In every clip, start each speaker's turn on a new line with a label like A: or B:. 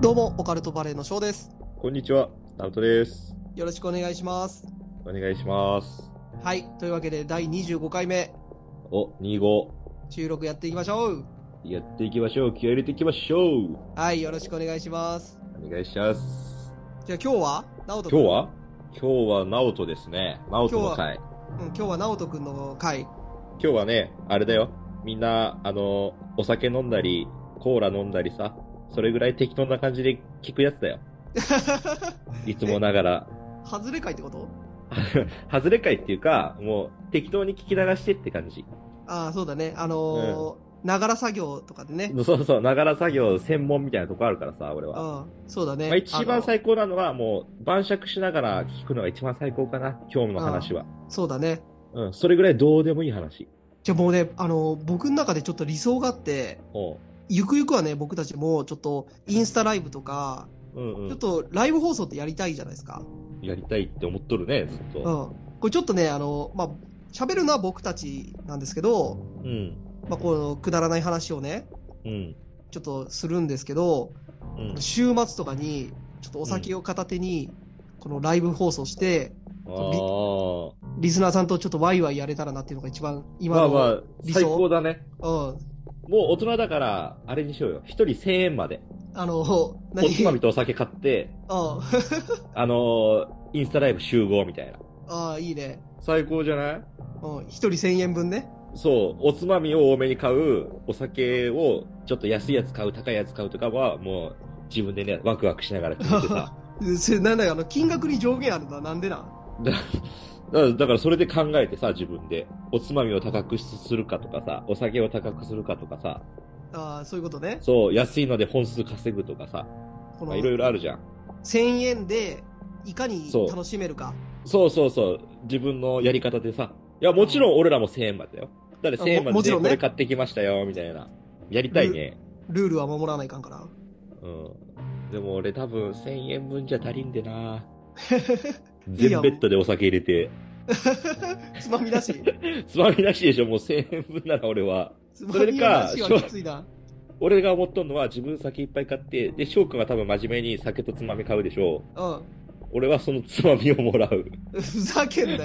A: どうも、オカルトバレーの翔です。
B: こんにちは、直人です。
A: よろしくお願いします。
B: お願いします。
A: はい、というわけで第25回目、
B: お、25。
A: 収録やっていきましょう。
B: やっていきましょう。気合入れていきましょう。
A: はい、よろしくお願いします。
B: お願いします。
A: じゃあ今日は、直人
B: 今
A: 君
B: 日は今日は直人ですね。直人の回。
A: うん、今日は直人くんの回。
B: 今日はね、あれだよ。みんな、あの、お酒飲んだり、コーラ飲んだりさ、それぐらい適当な感じで聞くやつ だよ。いつもなが ら。
A: 外れ会ってこと
B: 外れ会っていうか、もう適当に聞き流してって感じ。
A: ああ、そうだね。あのー、ながら作業とかでね。
B: そうそう、ながら作業専門みたいなとこあるからさ、俺は。
A: うん、そうだね。
B: まあ、一
A: あ
B: 番
A: の
B: 最高なのは、もう晩酌しながら聞くのが一番最高かな、今日の話は。
A: そうだね。
B: うん、それぐらいどうでもいい話。
A: じゃあもうね、あのー僕の中でちょっと理想があって、
B: おう
A: ゆくゆくはね、僕たちもちょっとインスタライブとか、
B: うんう
A: ちょっ
B: ん、
A: とライブ放送ってやりたいじゃないですか。
B: やりたいって思っとるね、ずっ
A: う
B: と。
A: ん。これちょっとね、あのーまあ、喋るのは僕たちなんですけど、
B: うん、
A: まあ、このくだらない話をね、
B: うん、
A: ちょっとするんですけど、
B: うん。
A: 週末とかに、ちょっとお酒を片手に、このライブ放送して、
B: あ
A: リスナーさんとちょっとワイワイやれたらなっていうのが一番、
B: あ、
A: 今
B: まあ
A: の、
B: まあ、
A: 理想
B: 最高だね。
A: うん。
B: もう大人だから、あれにしようよ。一人1000円まで。
A: あの、
B: おつ まみとお酒買って、
A: あ
B: あのーインスタライブ集合みたいな。
A: あ、いいね。
B: 最高じゃない
A: うん。一人1000円分ね。
B: そう、おつまみを多めに買う、お酒をちょっと安いやつ買う、高いやつ買うとかは、もう自分でね、ワクワクしながら聞い てさ。
A: うんそれなんだよ、あの、金額に上限あるのはなんでなん
B: だだだからそれで考えてさ、自分で。おつまみを高くするかとかさ、お酒を高くするかとかさ、
A: ああ、そういうことね。
B: そう、安いので本数稼ぐとかさ、
A: こ
B: ま
A: の、
B: あいろい
A: 1000
B: ろあるじゃん。
A: 円で、いかに
B: そう
A: 楽しめるか。
B: そうそうそう、自分のやり方でさ。いや、もちろん俺らも1000円までだよ。だから1000円
A: あも
B: ま
A: も
B: で
A: ち
B: で
A: ろんね
B: これ買ってきましたよ、みたいな。やりたいね。
A: ルールは守らないかんから。
B: うん。でも俺多分1000円分じゃ足りんでな
A: いいよ
B: 全ベッドでお酒入れて。
A: つまみだ し。
B: つまみなしでしょもう1000円分なら俺は。
A: つまみだしは
B: それ
A: き
B: か
A: ついな。
B: 俺が思っとんのは自分酒いっぱい買って、で、翔くんは多分真面目に酒とつまみ買うでしょう。
A: うん。
B: 俺はそのつまみをもら う。
A: ふざけんなよ。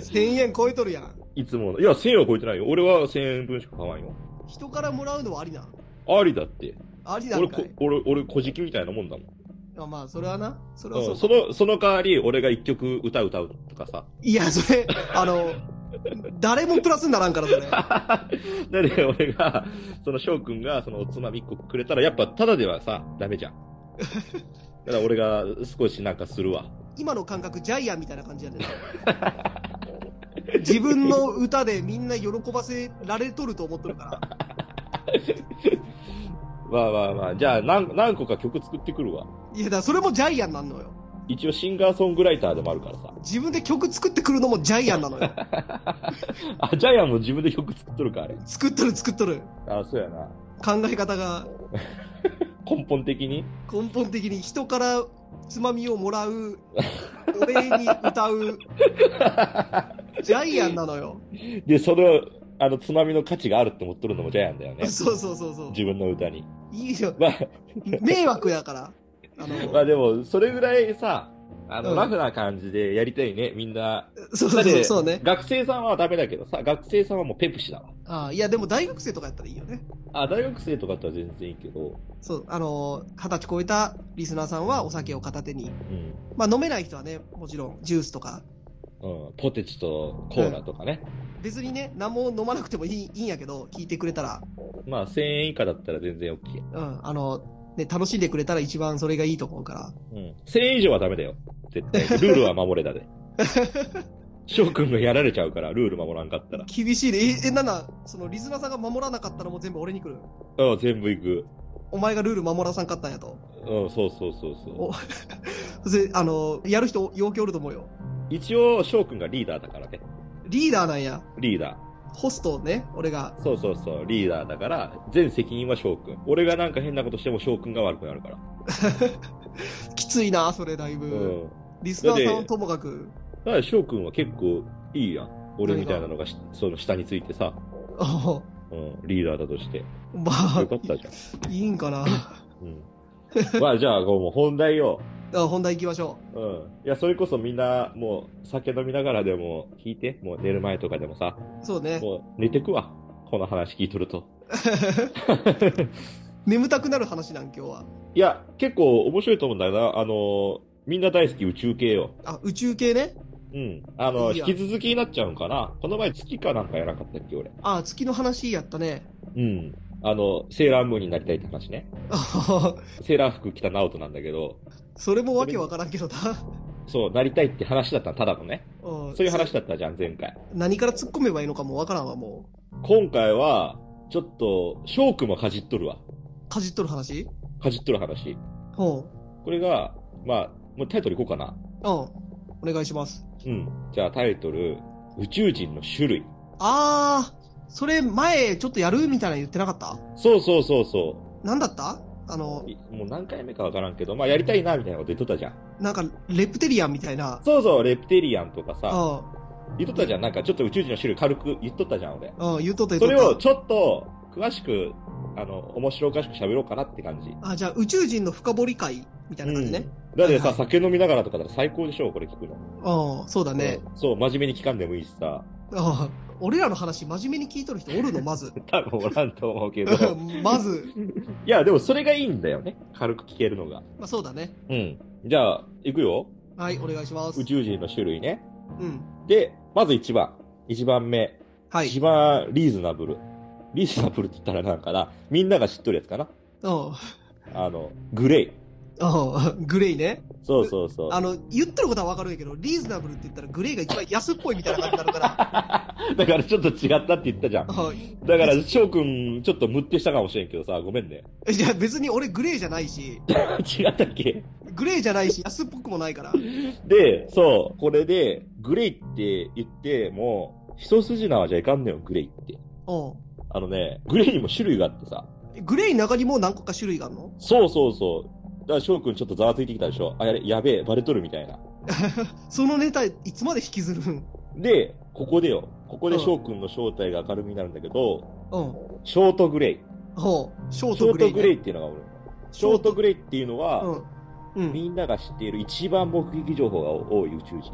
A: 1000円超えとるやん。
B: いつもの。いや、1000円は超えてないよ。俺は1000円分しか買わんよ。
A: 人からもらうのはありな。
B: ありだって。
A: ありなん
B: 俺
A: か
B: こ
A: い。、
B: 俺、俺、小じみたいなもんだもん。
A: あまあ、それはな。それは
B: う
A: そ
B: ん、
A: う。
B: その、その代わり、俺が一曲歌歌うとかさ。
A: いや、それ、あの、誰もプラスにならんから、それ。
B: だって俺が、その翔くんがそのおつまみ1個くれたら、やっぱただではさ、ダメじゃん。だから俺が少しなんかするわ。
A: 今の感覚、ジャイアンみたいな感じやねん。自分の歌でみんな喜ばせられとると思ってるから。
B: まあまあまあ、じゃあ何何個か曲作ってくるわ。
A: いや、だからそれもジャイアンなんのよ。
B: 一応シンガーソングライターでもあるからさ。
A: 自分で曲作ってくるのもジャイアンなのよ。
B: あ、ジャイアンも自分で曲作っとるか、あれ。
A: 作っとる作っとる。
B: あ、そうやな。
A: 考え方が
B: 根本的に
A: 根本的に人からつまみをもらう、お礼に歌う、ジャイアンなのよ。
B: で、その、あの、つまみの価値があるって思っとるのもジャイアンだよね。
A: そうそうそうそう。
B: 自分の歌に。
A: いいよ。
B: まあ、
A: 迷惑やから。あの、
B: まあでも、それぐらいさ、あ
A: う
B: の、
A: ん
B: ラフな感じでやりたいね、みんな。
A: そうそ
B: だっ
A: う
B: て
A: そうね。
B: 学生さんはダメだけどさ、学生さんはもうペプシだわ。
A: あいや、でも大学生とかやったらいいよね。
B: あ、大学生とかだったら全然いいけど、
A: そう、あの、二十歳超えたリスナーさんはお酒を片手に。
B: うん。
A: まあ飲めない人はね、もちろんジュースとか。
B: うん、ポテチとコーラとかね。
A: 別にね、何も飲まなくてもいいいいんやけど、聞いてくれたら、
B: まあ、1000円以下だったら全然 OK。
A: うん、あの、ね、楽しんでくれたら一番それがいいと思うから。
B: うん。1000円以上はダメだよ。絶対。ルールは守れだで。翔くんがやられちゃうから、ルール守らんかったら。
A: 厳しいね。え、え、なんだ、そのリスナーさんが守らなかったらもう全部俺に来る。
B: うん、全部行く。
A: お前がルール守らさんかったんやと。
B: うん、そうそうそうそ
A: おそして、あの、やる人、陽気おると思うよ。
B: う。一応、翔くんがリーダーだからね。
A: リーダーなんや。
B: リーダ
A: ホストね、俺が。
B: ー。そうそうそう、リーダーだから、全責任は翔くん。俺がなんか変なことしても翔くんが悪くなるから。
A: きついな、それだいうぶ。
B: ん。
A: リスナーさんはともかく。
B: だから翔くんは結構いいやん。俺みたいなのがし、その下についてさ、
A: あ
B: うん、リーダーだとして。よ
A: ま
B: か
A: あ
B: っ、たじゃん。
A: いいんか な。
B: うん。まあじゃあ、もう本題を。
A: あ本題行きましょ
B: うん。いや、それこそみんな、もう、酒飲みながらでも聞いて、もう寝る前とかでもさ、
A: う。そうね。
B: もう寝てくわ。この話聞いとると。
A: 眠たくなる話なん、今日は。
B: いや、結構面白いと思うんだよな。あのー、みんな大好き宇宙系よ。
A: あ、宇宙系ね。
B: うん。あの、
A: いい
B: 引
A: や
B: き続きになっちゃうんかな。この前月かなんかやらなかったっけ、俺。
A: あ、月の話やったね。
B: うん。あの、セーラームーンになりたいって話ね。
A: あ
B: セーラー服着たナオトなんだけど、
A: それもわけわからんけどな。
B: そう、なりたいって話だったのただのね。
A: そ
B: そういう話だったじゃん、前回。
A: 何から突っ込めばいいのかもわからんわ、も
B: 今回は、ちょっと、翔くんもかじっとるわ。
A: う。かじっとる話
B: かじっとる話。
A: ほ
B: これが、まあ、もうタイトルいこうかな。
A: う。うん。お願いします。
B: うん。じゃあタイトル、宇宙人の種類。
A: あー、それ前ちょっとやるみたいなの言ってなかった
B: そうそうそうそ
A: なんだったあの
B: う。、いもう何回目かわからんけど、まあやりたいな、みたいなこと言っとったじゃん。
A: なんか、レプテリアンみたいな。
B: そうそう、レプテリアンとかさ、
A: う
B: 言っとったじゃん。なんかちょっと宇宙人の種類軽く言っとったじゃん、俺。
A: ん。うん、言うとった
B: そ
A: 言う
B: れ
A: と
B: を
A: っ
B: ちょっと、詳しく、あの、面白おかしく喋ろうかなって感じ。
A: た。あ、じゃあ宇宙人の深掘り会みたいな感じね。
B: うんだってさ、
A: はい
B: 酒飲みながらとかだから最高でしょ、これ聞くの。
A: うん、そうだね。
B: うんそう、真面目に聞かんでもいいしさ。
A: うん。俺らの話真面目に聞いとる人おるの、まず。
B: 多分おらんと思う けど。い
A: まず。
B: や、でもそれがいいんだよね。軽く聞けるのが。
A: まあそうだね。
B: うん。じゃあ、行くよ。
A: はい、お願いします。
B: 宇宙人の種類ね。
A: うん。
B: で、まず一番。一番目。
A: はい。
B: 一番リーズナブル。リーズナブルって言ったらなんかな、みんなが知っとるやつかな。
A: うん。
B: あの、グレイ。
A: うん。グレイね。
B: そうそうそう。
A: あの、言ってることはわかるんやけど、リーズナブルって言ったらグレイが一番安っぽいみたいな感じになるから。
B: だからちょっと違ったって言ったじゃん。
A: うん
B: だから、翔くん、ちょっとムッてしたかもしれんけどさ、ごめんね。
A: いや、別に俺グレイじゃないし、
B: 違ったっけ
A: グレイじゃないし、安っぽくもないから。
B: で、そう、これで、グレイって言っても、一筋縄じゃいかんのよ、グレイって。
A: う
B: あのね、グレイにも種類があってさ。
A: ん。グレイの中にも何個か種類があるの
B: そうそうそう。だから翔くんちょっとざわついてきたでしょ。あ、やれ、やべえ、バレとるみたいな。
A: そのネタ、いつまで引きずるん
B: で、ここでよ。ここで
A: うん
B: 翔くんの正体が明るみになるんだけど、
A: うん。
B: ショートグレイ。
A: ほう。ショー
B: ショ
A: ト
B: ー
A: グ
B: ト
A: レイ、
B: グレイっていうのがおる。ショートグ
A: レ
B: レイっていうのは、
A: うん。うん。
B: みんなが知っている一番目撃情報が多い宇宙人。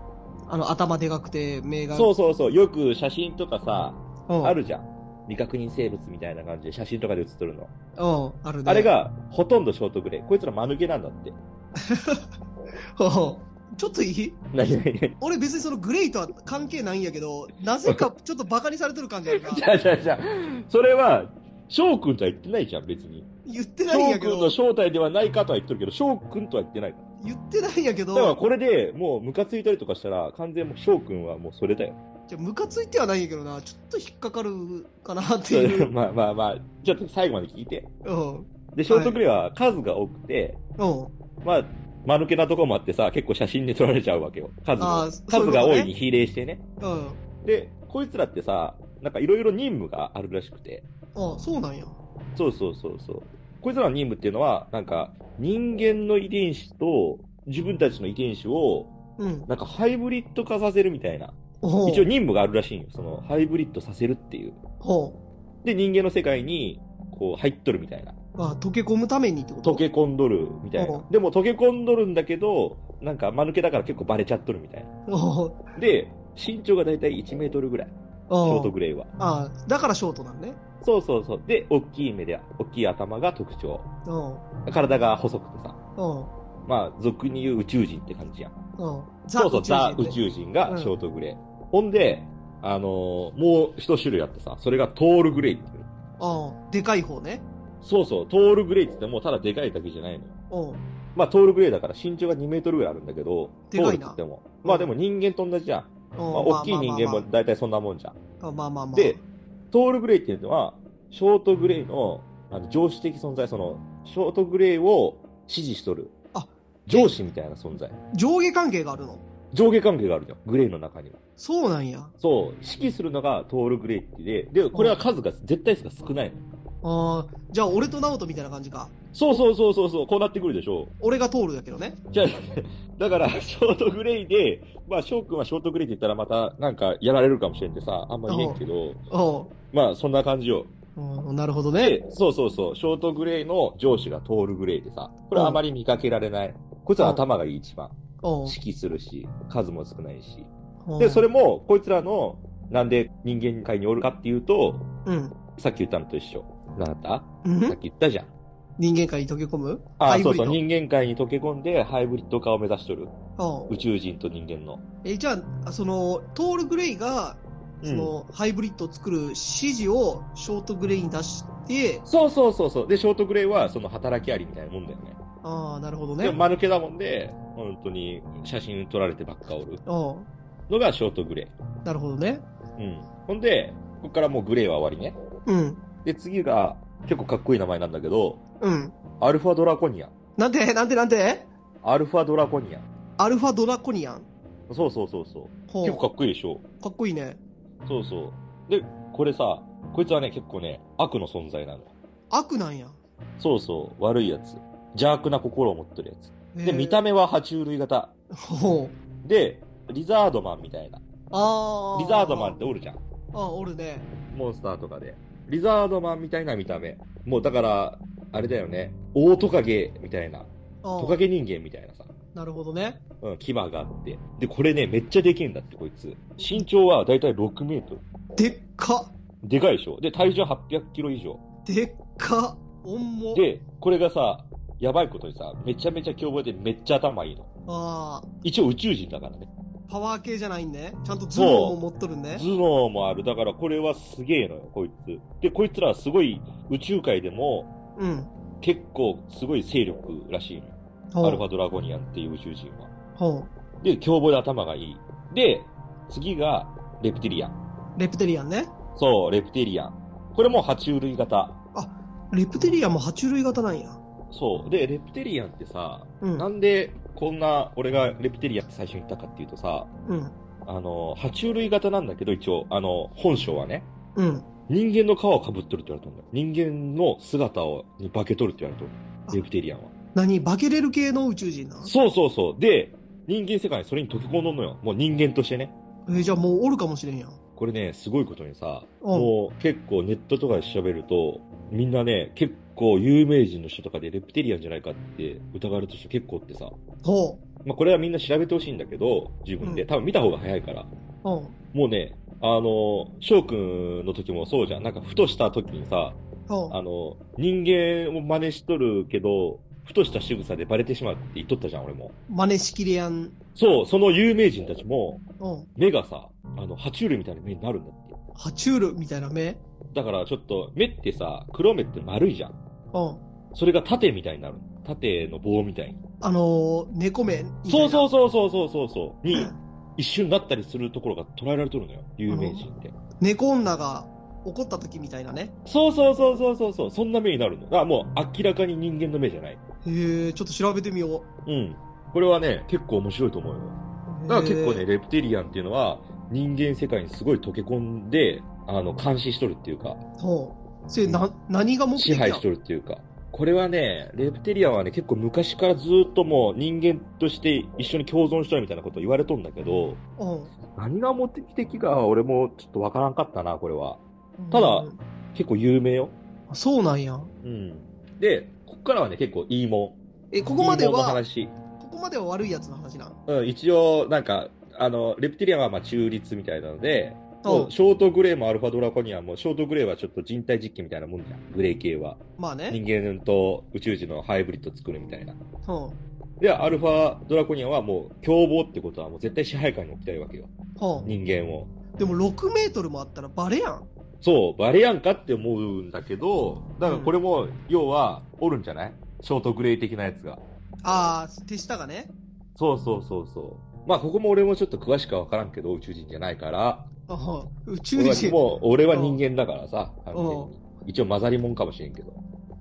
A: あの、頭でかくて、目が。
B: そうそうそう。よく写真とかさ、
A: うん。
B: あ。るじゃん。未確認生物みたいな感じで写真とかで写っとるの。
A: うん。あるね。
B: あれ。がほとんどショートグレー。こいつら間抜けなんだって。
A: ちょっといい
B: 何何何
A: 俺別にそのグレイとは関係ないんやけど、なぜ かちょっとバカにされてる感じやんか
B: じ。ゃあじゃあじゃあそれは、翔くんとは言ってないじゃん、別に。
A: 言ってないん
B: 翔
A: やけ
B: くんの
A: ど、
B: 正体ではないかとは言ってるけど、翔くんとは言ってないから。
A: 言ってないんやけ
B: だから
A: ど、
B: これでもうムカついたりとかしたら、完全にもう翔くんはもうそれだよ。
A: じゃあムカついてはないんやけどな、ちょっと引っかかるかなって
B: そ
A: い
B: れ
A: う。
B: まあまあまあ、ちょっと最後まで聞いて。
A: うん。うん。
B: で、ショートグレーは数が多くて、まあ、間抜けなとこもあってさ、結構写真で撮られちゃうわけよ。数
A: あ
B: が
A: ーそそういうことね
B: 数が多いに比例してね。
A: うん。
B: で、こいつらってさ、なんかいろいろ任務があるらしくて。
A: あそうなんや。
B: そうそうそうそう。こいつらの任務っていうのは、なんか人間の遺伝子と自分たちの遺伝子を、
A: うん。
B: なんかハイブリッド化させるみたいな。
A: ほう
B: 一応任務があるらしいんよ。そのハイブリッドさせるっていう。
A: ほ
B: で、人間の世界に、こう入っとるみたいな。
A: う。あ溶け込むためにってこと
B: 溶け込んどるみたいな
A: う。
B: でも溶け込んどるんだけど、なんか間抜けだから結構バレちゃっとるみたいな。
A: おう
B: で、身長がだいたい1メートルぐらい。ショー
A: お
B: ト
A: う
B: グレイは。
A: あだからショートなんね。
B: そうそうそう。で、大きい目で、大きい頭が特徴。
A: うん。
B: 体が細くてさ。
A: うん。
B: まあ、俗に言う宇宙人って感じやん。
A: うん。ザ
B: そうそう、ザ・宇
A: ね
B: 宙人がショートグレー。ほんで、あのーもう一種類あってさ、それがトールグレイっていう。
A: うん。でかい方ね。
B: そうそう、トールグレイって言ってもうただでかいだけじゃないのよ。
A: うん。
B: まあ、トールグレイだから身長が2メートルぐらいあるんだけど、
A: でかいな
B: トールって言っても。まあでも人間と同じじゃん。
A: まあ
B: まあ、大きい人間も大体そんなもんじゃん。
A: も。まあまあまあ。
B: で、トールグレイっていうのは、ショートグレイのあの上司的存在、その、ショートグレイを支持しとる。
A: あ
B: 上司みたいな存在。
A: 上下関係があるの。
B: 上下関係があるじゃん。グレイの中には。
A: そうなんや。
B: そう、指揮するのがトールグレイってで、で、これは数が絶対数が少ないの。
A: ああ、じゃあ俺と直人みたいな感じか。
B: そうそうそうそうそう、こうなってくるでしょう。
A: 俺が通るだけどね。
B: じゃあ、 だから、ショートグレイで、まあ、翔くんはショートグレイって言ったらまた、なんか、やられるかもしれんってさ、あんま言えんけど、
A: おう
B: まあ、そんな感じよ。
A: うん、なるほどね。
B: で、そうそうそう、ショートグレイの上司がトールグレイでさ、これはあまり見かけられない。こいつは頭がいい一番。
A: おう
B: 指揮するし、数も少ないし。
A: おう
B: で、それも、こいつらの、なんで人間界におるかっていうと、
A: うん。
B: さっき言ったのと一緒。なんだ
A: う
B: さっ
A: ん
B: き言ったじゃん。
A: 人間界に溶け込む
B: あ
A: ハ
B: あ、
A: イブ
B: そう
A: リ
B: そう、
A: ッ
B: 人間界に溶け込んで、ハイブリッド化を目指しとる。
A: ド。うん
B: 宇宙人と人間の。
A: え、じゃあ、その、トールグレイが、その、ハイブリッドを作る指示をショートグレイに出して、
B: そうそうそうそう。で、ショートグレイはその働きありみたいなもんだよね。
A: ああ、なるほどね。
B: で、丸けだもんで、本当に写真撮られてばっかおる
A: うん。
B: のがショートグレイ。
A: なるほどね。
B: うん。ほんで、こっからもうグレイは終わりね。
A: うん。
B: で、次が、結構かっこいい名前なんだけど、
A: うん。
B: アルファドラコニアン。
A: なんて、なんて、なんて
B: アルファドラコニアン。
A: アルファドラコニアン。
B: そうそうそうそう。
A: ほう
B: 結構かっこいいでしょ。
A: かっこいいね。
B: そうそう。で、これさ、こいつはね、結構ね、悪の存在なの。
A: 悪なんや。
B: そうそう、悪いやつ。邪悪な心を持ってるやつ。で、見た
A: 目。
B: 目は爬虫類型。
A: ほう。
B: で、リザードマンみたいな。
A: ああ。
B: リザードマンっておるじゃん。
A: ああ、おるね。
B: モンスターとかで。リザードマンみたいな見た目。もうだから、あれだよね。大トカゲみたいな。
A: ああ
B: トカゲ人間みたいなさ。
A: なるほどね。
B: うん、牙があって。で、これね、めっちゃできんだって、こいつ。身長はだいたい6メートル。
A: でっか
B: でかいでしょで、体重800キロ以上。
A: でっか重っ
B: で、これがさ、やばいことにさ、めちゃめちゃ凶暴でめっちゃ頭いいの。
A: ああ、
B: 一応宇宙人だからね。
A: パワー系じゃないんね。ちゃんと頭脳も持っとるんね。
B: 頭脳もある。だからこれはすげえのよ、こいつ。で、こいつらはすごい宇宙界でも
A: うん。
B: 結構すごい勢力らしいのよ。
A: ほ
B: アルフ
A: う。
B: ァドラゴニアンっていう宇宙人は。
A: ほ
B: で、凶暴で頭がいい。で、次が、レプティリアン。
A: う。レプテリアンね。
B: そう、レプティリアン。これも爬虫類型。
A: レプテリアンも爬虫類型なんや。
B: そう。で、レプティリアンってさ、
A: うん。
B: なんでこんな、俺がレプティリアンって最初に言ったかっていうとさ、
A: うん。
B: あの、爬虫類型なんだけど、一応、あの、本性はね、
A: うん。
B: 人間の皮を被っとるって言われてるんだよ。人間の姿を、に化けとるって言われて
A: あ
B: る。レプティリアンは。
A: 何化けれる系の宇宙人な
B: そうそうそう。で、人間世界にそれに溶け込んどんのよ。もう人間としてね。
A: えーじゃあもうおるかもしれんやん。
B: これね、すごいことにさ、
A: うん
B: もう結構ネットとかで調べると、みんなね、結構有名人の人とかでレプティリアンじゃないかって疑われてる人結構おってさ、
A: ほ
B: まあこれはみんな調べてほしいんだけど、自分で。
A: うん
B: 多分見た方が早いから。
A: う。うん。
B: もうね、あの、翔くんの時もそうじゃん。なんかふとした時にさ、
A: ほう。
B: あの、人間を真似しとるけど、ふとした仕草でバレてしまうって言っとったじゃん、俺も。
A: 真似しきれやん。
B: そう、その有名人たちも、
A: うん。
B: 目がさ、あの、爬虫類みたいな目になるんだって。
A: 爬虫類みたいな目。
B: だからちょっと、目ってさ、黒目って丸いじゃん。
A: うん。
B: それが縦みたいになる。縦の棒みたいに。
A: あのー、猫目みたいな。。
B: そうそううそうそうそうそうそう。に、一瞬なったりするところが捉えられとるのよ。有名人って。
A: 猫女が怒った時みたいなね。
B: そうそうそうそうそうそう。そんな目になるの。だからもう明らかに人間の目じゃない。
A: へえ、ちょっと調べてみよう。
B: うん。これはね、結構面白いと思うよ。だから結構ね、レプティリアンっていうのは、人間世界にすごい溶け込んで、あの、監視しとるっていうか、
A: ほう。それ、な、何が目的
B: 支
A: や
B: 配しとるっていうか。これはね、レプティリアンはね、結構昔からずっともう人間として一緒に共存しとるみたいなこと言われとんだけど、
A: うん。
B: 何が目的か俺もちょっとわからんかったな、これは。ただ
A: うん
B: 結構有名よ。
A: そうなんや。
B: うん。で、こっからはね、結構いいも
A: え、こ
B: ん。
A: こまで
B: いいもんの
A: は、
B: 話。
A: ここまでは悪いやつの話な。
B: うん、一応、なんか、あの、レプティリアンはまあ中立みたいなので、
A: う
B: も
A: ん
B: う。ショートグレーもアルファドラコニアも、ショートグレーはちょっと人体実験みたいなもんじゃん。グレー系は。
A: まあね。
B: 人間と宇宙人のハイブリッド作るみたいな。
A: うん。
B: で、アルファドラコニアはもう凶暴ってことはもう絶対支配下に置きたいわけよ。
A: うん。
B: 人間を。
A: でも6メートルもあったらバレやん。
B: そう、バレやんかって思うんだけど、だからこれも、要は、おるんじゃないショートグレー的なやつが。
A: あー、手下がね。
B: そうそうそうそう。まあ、ここも俺もちょっと詳しくは分からんけど、宇宙人じゃないから、
A: あは宇宙
B: 俺は
A: 人。
B: もう、俺は人間だからさ、完全
A: う
B: に一応混ざりもんかもしれんけど。
A: は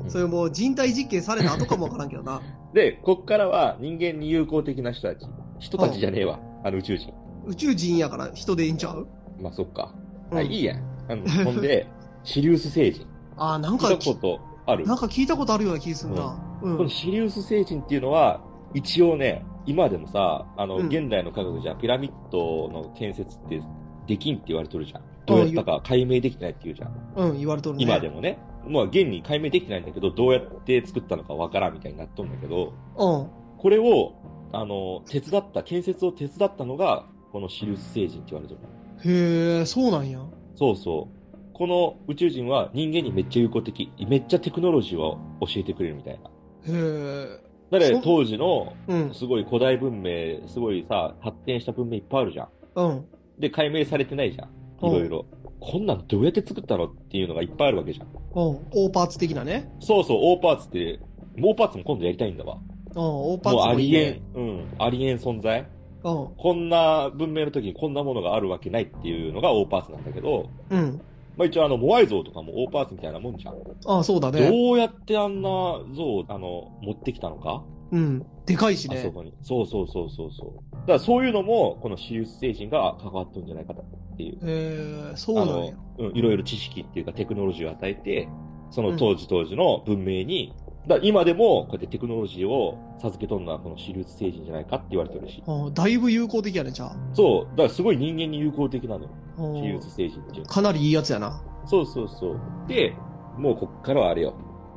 B: う
A: あ
B: ん
A: それもう人体実験された後かもわからんけどな。
B: で、こっからは人間に友好的な人たち。人たちじゃねえわ、あの宇宙人。
A: 宇宙人やから人でいいんちゃう
B: まあ、そっか。
A: うん
B: あいいや。あの、ほん で、シリウス星人。
A: あーなん
B: 聞
A: か
B: いたことある
A: なんか聞いたことあるような気がするな。うん。
B: このシリウス星人っていうのは、一応ね、今でもさ、あの、
A: うん
B: 現代の科学じゃピラミッドの建設ってできんって言われとるじゃん。どうやったか解明できてないって言うじゃん。
A: うん、言われとるね。
B: 今でもね。まあ、現に解明できてないんだけど、どうやって作ったのかわからんみたいになっとんだけど、
A: も。
B: これを、あの、手伝った、建設を手伝ったのが、このシリウス星人って言われてるの。
A: うん。へえ、そうなんや。
B: そうそう。この宇宙人は人間にめっちゃ有効的。めっちゃテクノロジーを教えてくれるみたい
A: へ
B: な。
A: え。
B: だから
A: そう
B: 当時の
A: うん。
B: すごい古代文明、すごいさ、発展した文明いっぱいあるじゃん。
A: うん。
B: で、解明されてないじゃん。
A: うん
B: いろいろ。こんなんどうやって作ったのっていうのがいっぱいあるわけじゃん。
A: うん。大パーツ的なね。
B: そうそう、オーパーツって、オーパーツも今度やりたいんだわ。
A: うん、大パーツ
B: もう
A: も
B: あ
A: いい
B: りえ
A: ね。
B: ん、うん、ありえん存在。
A: うん。
B: こんな文明の時にこんなものがあるわけないっていうのがオーパーツなんだけど、
A: うん。
B: まあ一応あの、モアイ像とかもオーパーツみたいなもんじゃん。
A: ああ、そうだね。
B: どうやってあんな像を、あの、持ってきたのか
A: うん。でかいし
B: あそ
A: ね。
B: こに。そうそうそうそうそう。だからそういうのも、この私有星人が関わっとるんじゃないかとっていう。
A: へえ、そうなんや。
B: あの、うん、いろいろ知識っていうかテクノロジーを与えて、その当時当時の文明に、だから今でもこうやってテクノロジーを授けとるのはこの私有星人じゃないかって言われてるし。
A: うんだいぶ有効的やね、じゃあ。
B: そう、だからすごい人間に友好的なのよ。
A: うん
B: 私有星人っていうのは
A: かなりいいやつやな。
B: そうそうそう。で、もうこっからはあれよ。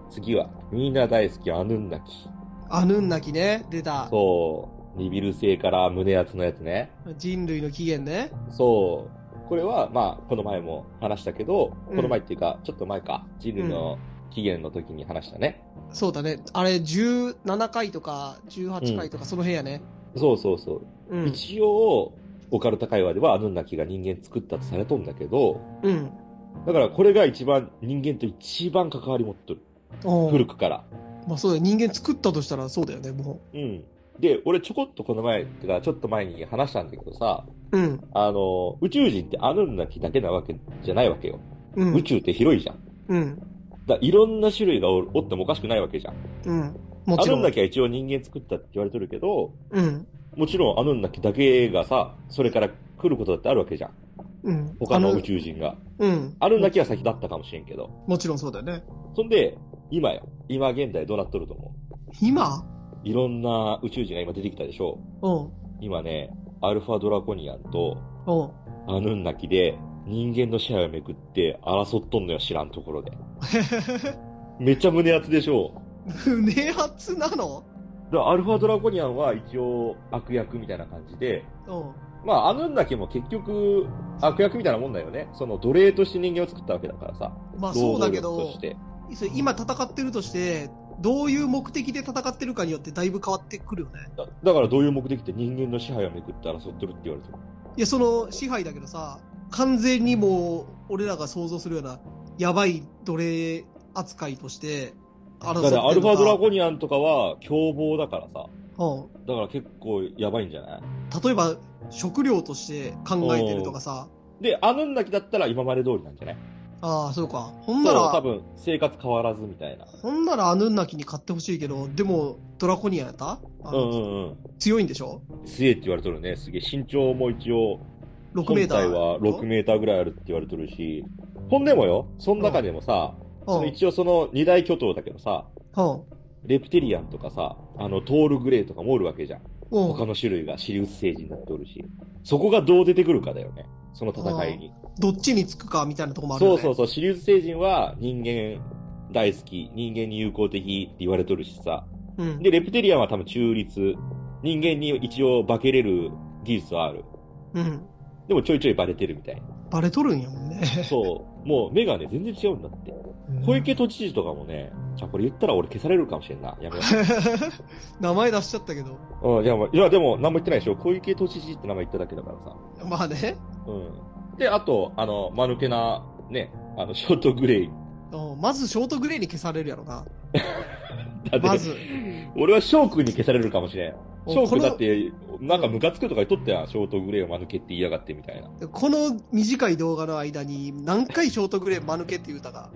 B: 次は、みんな大好きアヌンナキ。
A: アヌンナキね、出た。
B: そう、ニビル星から胸厚のやつね。
A: 人類の起源ね。
B: そう。これは、まあ、この前も話したけど、
A: うん
B: この前っていうか、ちょっと前か、人類の起源の時に話したね。
A: そうだね。あれ、17回とか18回とか、その辺やね。
B: そうそうそう。
A: うん。
B: 一応、オカルタ会話ではアヌンナキが人間作ったとされとんだけど、
A: うん。
B: だからこれが一番、人間と一番関わり持っとる。
A: お
B: 古くから。
A: まあそうだよ。人間作ったとしたらそうだよね、も
B: うん。で、俺ちょこっとこの前、ってか、ちょっと前に話したんだけどさ、
A: う。うん。
B: あの、宇宙人ってアヌンナキだけなわけじゃないわけよ。
A: うん。
B: 宇宙って広いじゃん。
A: うん。
B: だからいろんな種類がおるおってもおかしくないわけじゃん。
A: うん。も
B: ア
A: ち
B: ヌ
A: ろ
B: ン
A: ん。
B: ナキは一応人間作ったって言われてるけど、
A: うん。
B: もちろんアヌンナキだけがさ、それから来ることだってあるわけじゃん。
A: うん。
B: 他
A: あ
B: の宇宙人が。
A: うん。
B: アヌンナキは先だったかもしれんけど。
A: もちろんそうだよね。
B: そんで、今よ。今現代どうなっとると思う
A: 今
B: いろんな宇宙人が今出てきたでしょ
A: うん。
B: 今ね、アルファドラコニアンと
A: うん。
B: アヌンナキで人間の支配をめくって争っとんのよ、知らんとこ ろで。めっちゃ胸熱でしょ
A: 胸熱なの
B: だからアルファドラコニアンは一応悪役みたいな感じで、
A: うん。
B: まあ、アヌンナキも結局、悪役みたいなもんだよね。その奴隷として人間を作ったわけだからさ。
A: まあそうだけ
B: 労
A: ど
B: 働力とし、て。
A: それ今戦ってるとして、どういう目的で戦ってるかによってだいぶ変わってくるよね。
B: だだからどういう目的で人間の支配をめくって争ってるって言われてる。
A: いや、その支配だけどさ、完全にもう、俺らが想像するような、やばい奴隷扱いとして、争
B: だからアルファドラ
A: ゴ
B: ゴニアンとかは凶暴だからさ。
A: うん。
B: だから結構やばいんじゃない
A: 例えば、食料として考えてるとかさ、
B: で、アヌンナキだったら今まで通りなんじゃない
A: ああ、そうか。ほん
B: そ
A: な
B: う、多
A: ら、
B: 分生活変わらずみたいな。
A: ほんならアヌンナキに買ってほしいけど、でも、ドラコニアンやったあ
B: うん
A: の
B: うん
A: 強いんでしょ
B: うん。すげえって言われてるね。すげえ身長も一応、
A: ?6 メ
B: 本
A: ーター。
B: 体は6メーターぐらいあるって言われてるし。ほんでもよ、その中でもさ、その
A: うん
B: 一応その二大巨頭だけどさ、レプティリアンとかさ、あの、トールグレーとかもおるわけじゃん。
A: うん。う
B: 他
A: ん。
B: の種類がシリウス星人だっておるし。そこがどう出てくるかだよね。その戦いに。
A: どっちにつくかみたいなとこもあるよ
B: そ
A: ね。
B: うそうそう、シリウス星人は人間大好き、人間に友好的って言われとるしさ。
A: う。うん。
B: で、レプティリアンは多分中立。人間に一応化けれる技術はある。
A: うん。
B: でもちょいちょいバレてるみたいな。
A: バレとるんやもんね。
B: そう。もう目がね、全然違うんだって。小池都知事とかもね、じゃあこれ言ったら俺消されるかもしれんな。やめよう。
A: 名前出しちゃったけど。
B: うん、いや、まあいやでも、何も言ってないでしょ。小池都知事って名前言っただけだからさ。
A: まあね。
B: うん。で、あと、あの、間抜けな、ね、あの、ショートグレイ。
A: うんまずショートグレーに消されるやろな。
B: だって、
A: まず。
B: 俺は翔くんに消されるかもしれん。ショー
A: こ
B: ク
A: の
B: だって、なんかムカつくとか言っとったやん。ショートグレーを間抜けって言いやがってみたいな。
A: この短い動画の間に何回ショートグレー間抜けって言うたか。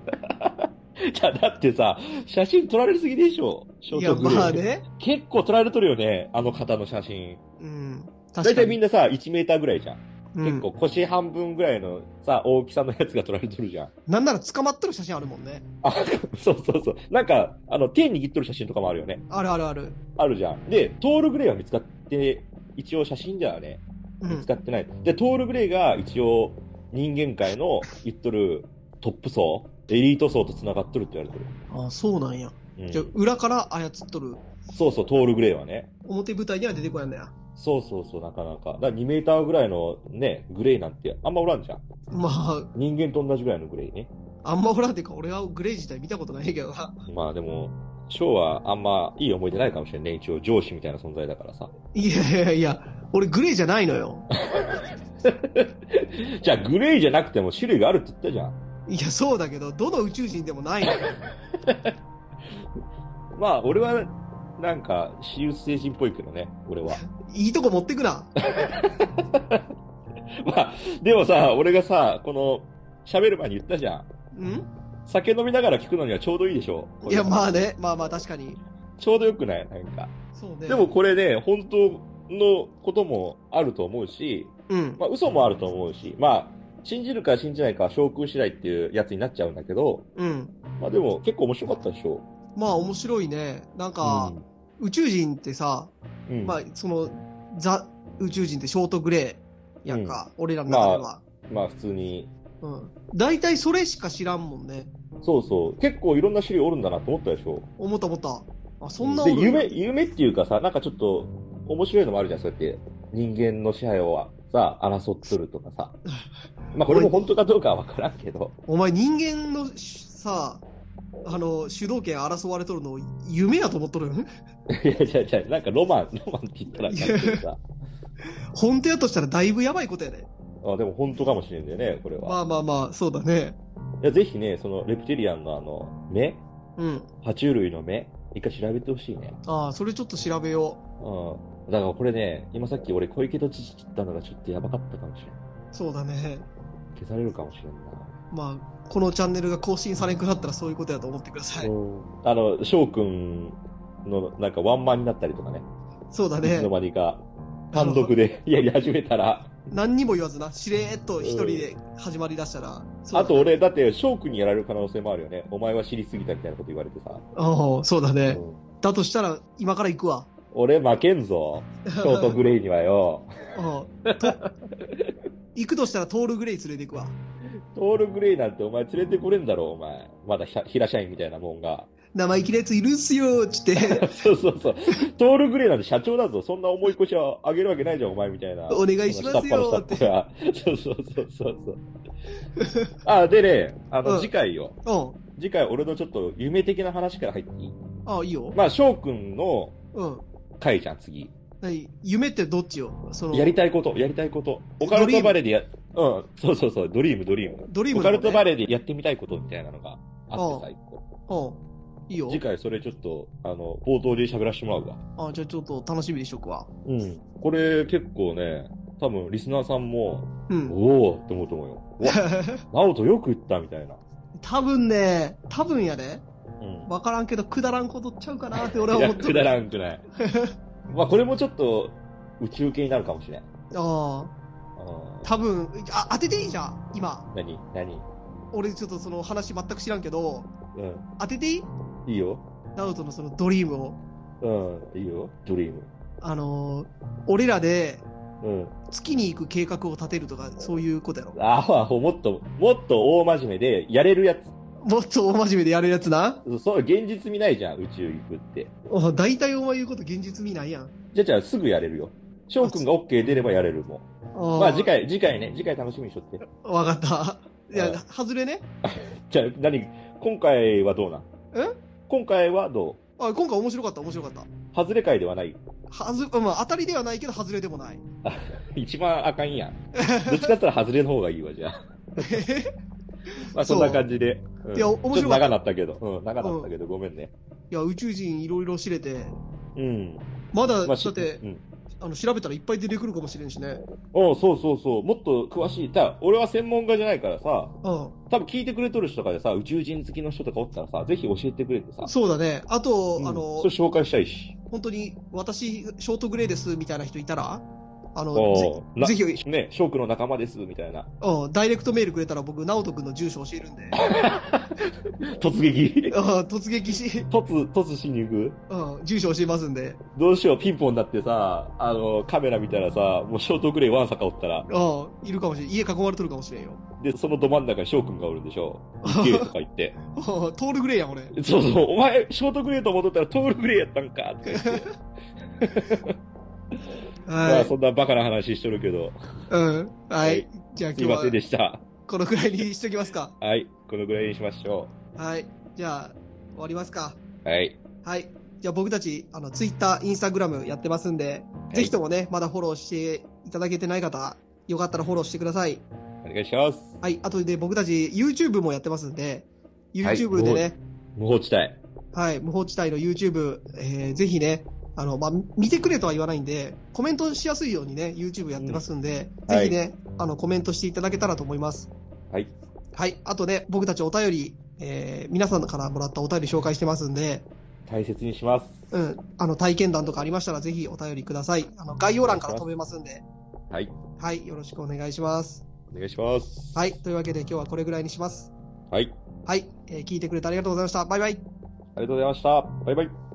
B: いや、だってさ、写真撮られすぎでしょ。ショ
A: い
B: ー
A: や、
B: トグレー。
A: まあね。
B: 結構撮られとるよね。あの方の写真。
A: うん。
B: だ
A: 確
B: い
A: か
B: たいみ
A: に。
B: んなさ、1メーターぐらいじゃん。
A: うん
B: 結構腰半分ぐらいのさ、大きさのやつが撮られとるじゃん。
A: なんなら捕まってる写真あるもんね。
B: あ、そうそうそう。なんか、あの、手握っとる写真とかもあるよね。
A: あるあるある。
B: あるじゃん。で、トールグレーは見つかって、一応写真ではね、
A: う
B: 見
A: ん
B: つ。かってない。で、トールグレーが一応人間界の言っとるトップ層、エリート層と繋がっとるって言われてる。
A: あ、そうなんや。
B: うん
A: じゃあ、裏から操っとる。
B: そうそう、トールグレーはね。
A: 表舞台には出てこやんのや。
B: そうそうそう、なかなか。だから2メーターぐらいのね、グレーなんてあんまおらんじゃん。
A: まあ、
B: 人間と同じぐらいのグレーね。
A: あんまおらんていうか、俺はグレー自体見たことないけどな。
B: まあでも、ショーはあんまいい思い出ないかもしれんね。一応上司みたいな存在だからさ。
A: いやいやいや、俺グレーじゃないのよ。
B: じゃあグレーじゃなくても種類があるって言ったじゃん。
A: いや、そうだけど、どの宇宙人でもないのよ。
B: まあ俺は、なんか、私有精神っぽいけどね、俺 は。
A: いいとこ持ってくな。
B: まあ、でもさ、俺がさ、この、喋る前に言ったじゃん。
A: ん
B: 酒飲みながら聞くのにはちょうどいいでしょ。
A: いや、ま
B: あ。
A: あね。まあまあ、確かに。
B: ちょうどよくないなんか。
A: そうね。
B: でも、これね、本当のこともあると思うし、
A: うん。
B: まあ嘘もあると思うし、まあ、信じるか信じないかは昇空次第っていうやつになっちゃうんだけど、
A: うん。
B: まあでも結構面白かったでしょ。
A: まあ、面白いね。なんか、宇宙人ってさ、
B: うん、うん
A: まあ、その、ザ宇宙人ってショートグレーやんか、俺らの中では。
B: まあ普通に、
A: うん。大体それしか知らんもんね。
B: そうそう、結構いろんな種類おるんだなと思ったでしょ。
A: 思った思った。あ、そんなお
B: で
A: るんや
B: 夢、夢っていうかさ、なんかちょっと面白いのもあるじゃん、そうやって人間の支配をさ、争っとるとか さ。まあこれも本当かどうかは分からんけど、
A: お前人間のしさ、あの、主導権争われとるの夢やと思っとるよね。
B: いやいやいや、なんかロマン、ロマンって言ったらあかんけどさ。
A: 本当やとしたらだいぶやばいことやね。
B: あでも本当かもしれんだよね、これは。
A: まあまあまあ、そうだね。
B: いやぜひね、そのレプティリアンのあの、目
A: うん。
B: 爬虫類の目一回調べてほしいね。
A: ああ、それちょっと調べよ
B: うん。だからこれね、今さっき俺小池都知事切ったのがちょっとやばかったかもしれん。
A: う。そうだね。
B: 消されるかもしれんな。
A: まあ、このチャンネルが更新されんくなったらそういうことやと思ってください。
B: うんあの、翔くんのなんかワンマンになったりとかね。
A: そうだ
B: いつ
A: ね
B: の。間にか単独でやり始めたら。
A: 何にも言わずな、しれーっと一人で始まりだしたら。そう
B: あ
A: だ
B: と俺、だって翔くんにやられる可能性もあるよね。お前は知りすぎたみたいなこと言われてさ。
A: ああ、そうだね
B: う。ん
A: だとしたら、今から行くわ。
B: 俺負けん ぞ。ショートグレイにはよ。
A: うんと行くとしたらトールグレイ連れて行くわ。
B: トールグレイなんてお前連れてこれんだろ、お前。まだひゃ平社員みたいなもんが。
A: 生意気なやついるっすよ、つって、
B: そうそうそう。トールグレーなんて社長だぞ。そんな重い腰はあげるわけないじゃん、お前みたいな。
A: お願いしますよって
B: 下っ端の下っ端がそうそうそうそうそう。あ、でね、あの、
A: うん
B: 次回よ。
A: うん。
B: 次回俺のちょっと夢的な話から入っていい
A: ああ、いいよ。
B: まあ、翔くんの
A: うん。
B: 回じゃん、次。
A: 何夢ってどっちよその、
B: やりたいこと、やりたいこと。オカルトバレーでや、うん、そうそうそう、ドリーム、ドリーム。
A: ドリーム
B: オ
A: の
B: カ
A: ね
B: ルトバレーでやってみたいことみたいなのがあって最高。
A: うん。いいよ
B: 次。回それちょっと、あの、冒頭で喋らせてもらうわ。
A: あじゃあちょっと楽しみにしとくわ。
B: うん。これ結構ね、多分リスナーさんも、
A: うん。
B: おおって思うと思うよ。 うわ、ナオトよく言ったみたいな。
A: 多分ね、多分やで。
B: うん。
A: わからんけど、くだらんことちゃうかなって俺はい思
B: や、
A: って
B: く
A: る。
B: だらんく ない。まあこれもちょっと、宇宙系になるかもしれん。
A: ああ。
B: うん
A: 多分、あ、当てていいじゃん、今。
B: 何何
A: 俺ちょっとその話全く知らんけど、
B: う
A: 当てていい
B: ん。いいよ。
A: ナウトのそのドリームを。
B: うん。いいよ。ドリーム。
A: あのー俺らで
B: うん。
A: 月に行く計画を立てるとか、そういうことやろ。
B: あほあほ、もっと、もっと大真面目で、やれるやつ。
A: もっと大真面目でやるやつな。
B: そう、現実味ないじゃん、宇宙行くって。
A: お大体お前言うこと現実味ないやん。
B: じゃあじゃあすぐやれるよ。翔くんが OK 出ればやれるもん。
A: ま
B: まあ次。回、次回ね、次回楽しみにしとって。
A: わかった。いや
B: うん、
A: 外れね。
B: じゃあ何、今回はどうなん
A: え
B: 今回はどう
A: あ今回面白かった、面白かった。
B: 外れ会ではない。
A: はず、まあ当たりではないけど、外れでも ない。
B: 一番あかんや ん。どっちかって言ったら外れの方がいいわ、じゃあ。まあ
A: そ
B: そ
A: うん
B: な感じで。うん
A: いや
B: ちょ
A: お
B: っ
A: 面
B: と
A: 白かった
B: 長なったけど。うん、長なったけど、ごめんね。
A: いや、宇宙人いろいろ知れて、
B: うん。
A: まだ、
B: まあ、し
A: だって
B: う、ん。
A: あの、調べたらいっぱい出てくるかもしれんしね。
B: おうそうそうそう。もっと詳しい。ただ、俺は専門家じゃないからさ、
A: うん。
B: 多分聞いてくれとる人とかでさ、宇宙人好きの人とかおったらさ、ぜひ教えてくれてさ。
A: そうだね。あと、
B: うん
A: あの
B: それ、紹介したいし。
A: 本当に、私、ショートグレーです、みたいな人いたら、あの、
B: お
A: ぜ
B: うな
A: ぜひ、
B: ね、翔くんの仲間です、みたいな。
A: うん、ダイレクトメールくれたら僕、直人君の住所教えるんで、
B: 突撃
A: うん、突撃し、
B: 突、突しに行く
A: うん、住所教えますんで、
B: どうしよう、ピンポンになってさ、あの、カメラ見たらさ、もうショートグレイワンサカおったら、
A: うん、いるかもしれん。家囲まれとるかもしれんよ。
B: で、そのど真ん中に翔くんがおるんでしょ。行けとか言 って。
A: うんトールグレーやん、俺。
B: そうそう、お前、ショートグレイと戻ったらトールグレイやったんか、とか言って。ま
A: は
B: あ、そんなバカな話しとるけど、
A: い。うん。はい。じゃあ
B: すい
A: 今
B: ません
A: 日
B: で
A: は、
B: した。
A: このくらいにしときますか。
B: はい、このぐらいにしましょ
A: はい。じゃあ、終わりますか。
B: う。はい。
A: はい。じゃあ僕たち、あの、ツイッター、インスタグラムやってますんで、
B: い
A: ぜひともね、まだフォローしていただけてない方、よかったらフォローしてください。
B: お願いします。
A: はい。あとで僕たち、YouTube もやってますんで、YouTube でね、
B: 無法地帯。
A: はい、無法地帯の YouTube、えー、ぜひね、あの、まあ、見てくれとは言わないんで、コメントしやすいようにね、YouTube やってますんで、
B: うん
A: ぜひね、あの、コメントしていただけたらと思います。
B: はい。
A: はい。あとね、僕たちお便り、えー、皆さんからもらったお便り紹介してますんで、
B: 大切にします。
A: うん、あの、体験談とかありましたら、ぜひお便りください。あの、概要欄から飛べますんで、
B: はい。
A: はい、よろしくお願いします。
B: お願いします。
A: はい。というわけで今日はこれぐらいにします。
B: はい。
A: はい。えー聞いてくれてありがとうございました。バイバイ。
B: ありがとうございました。バイバイ。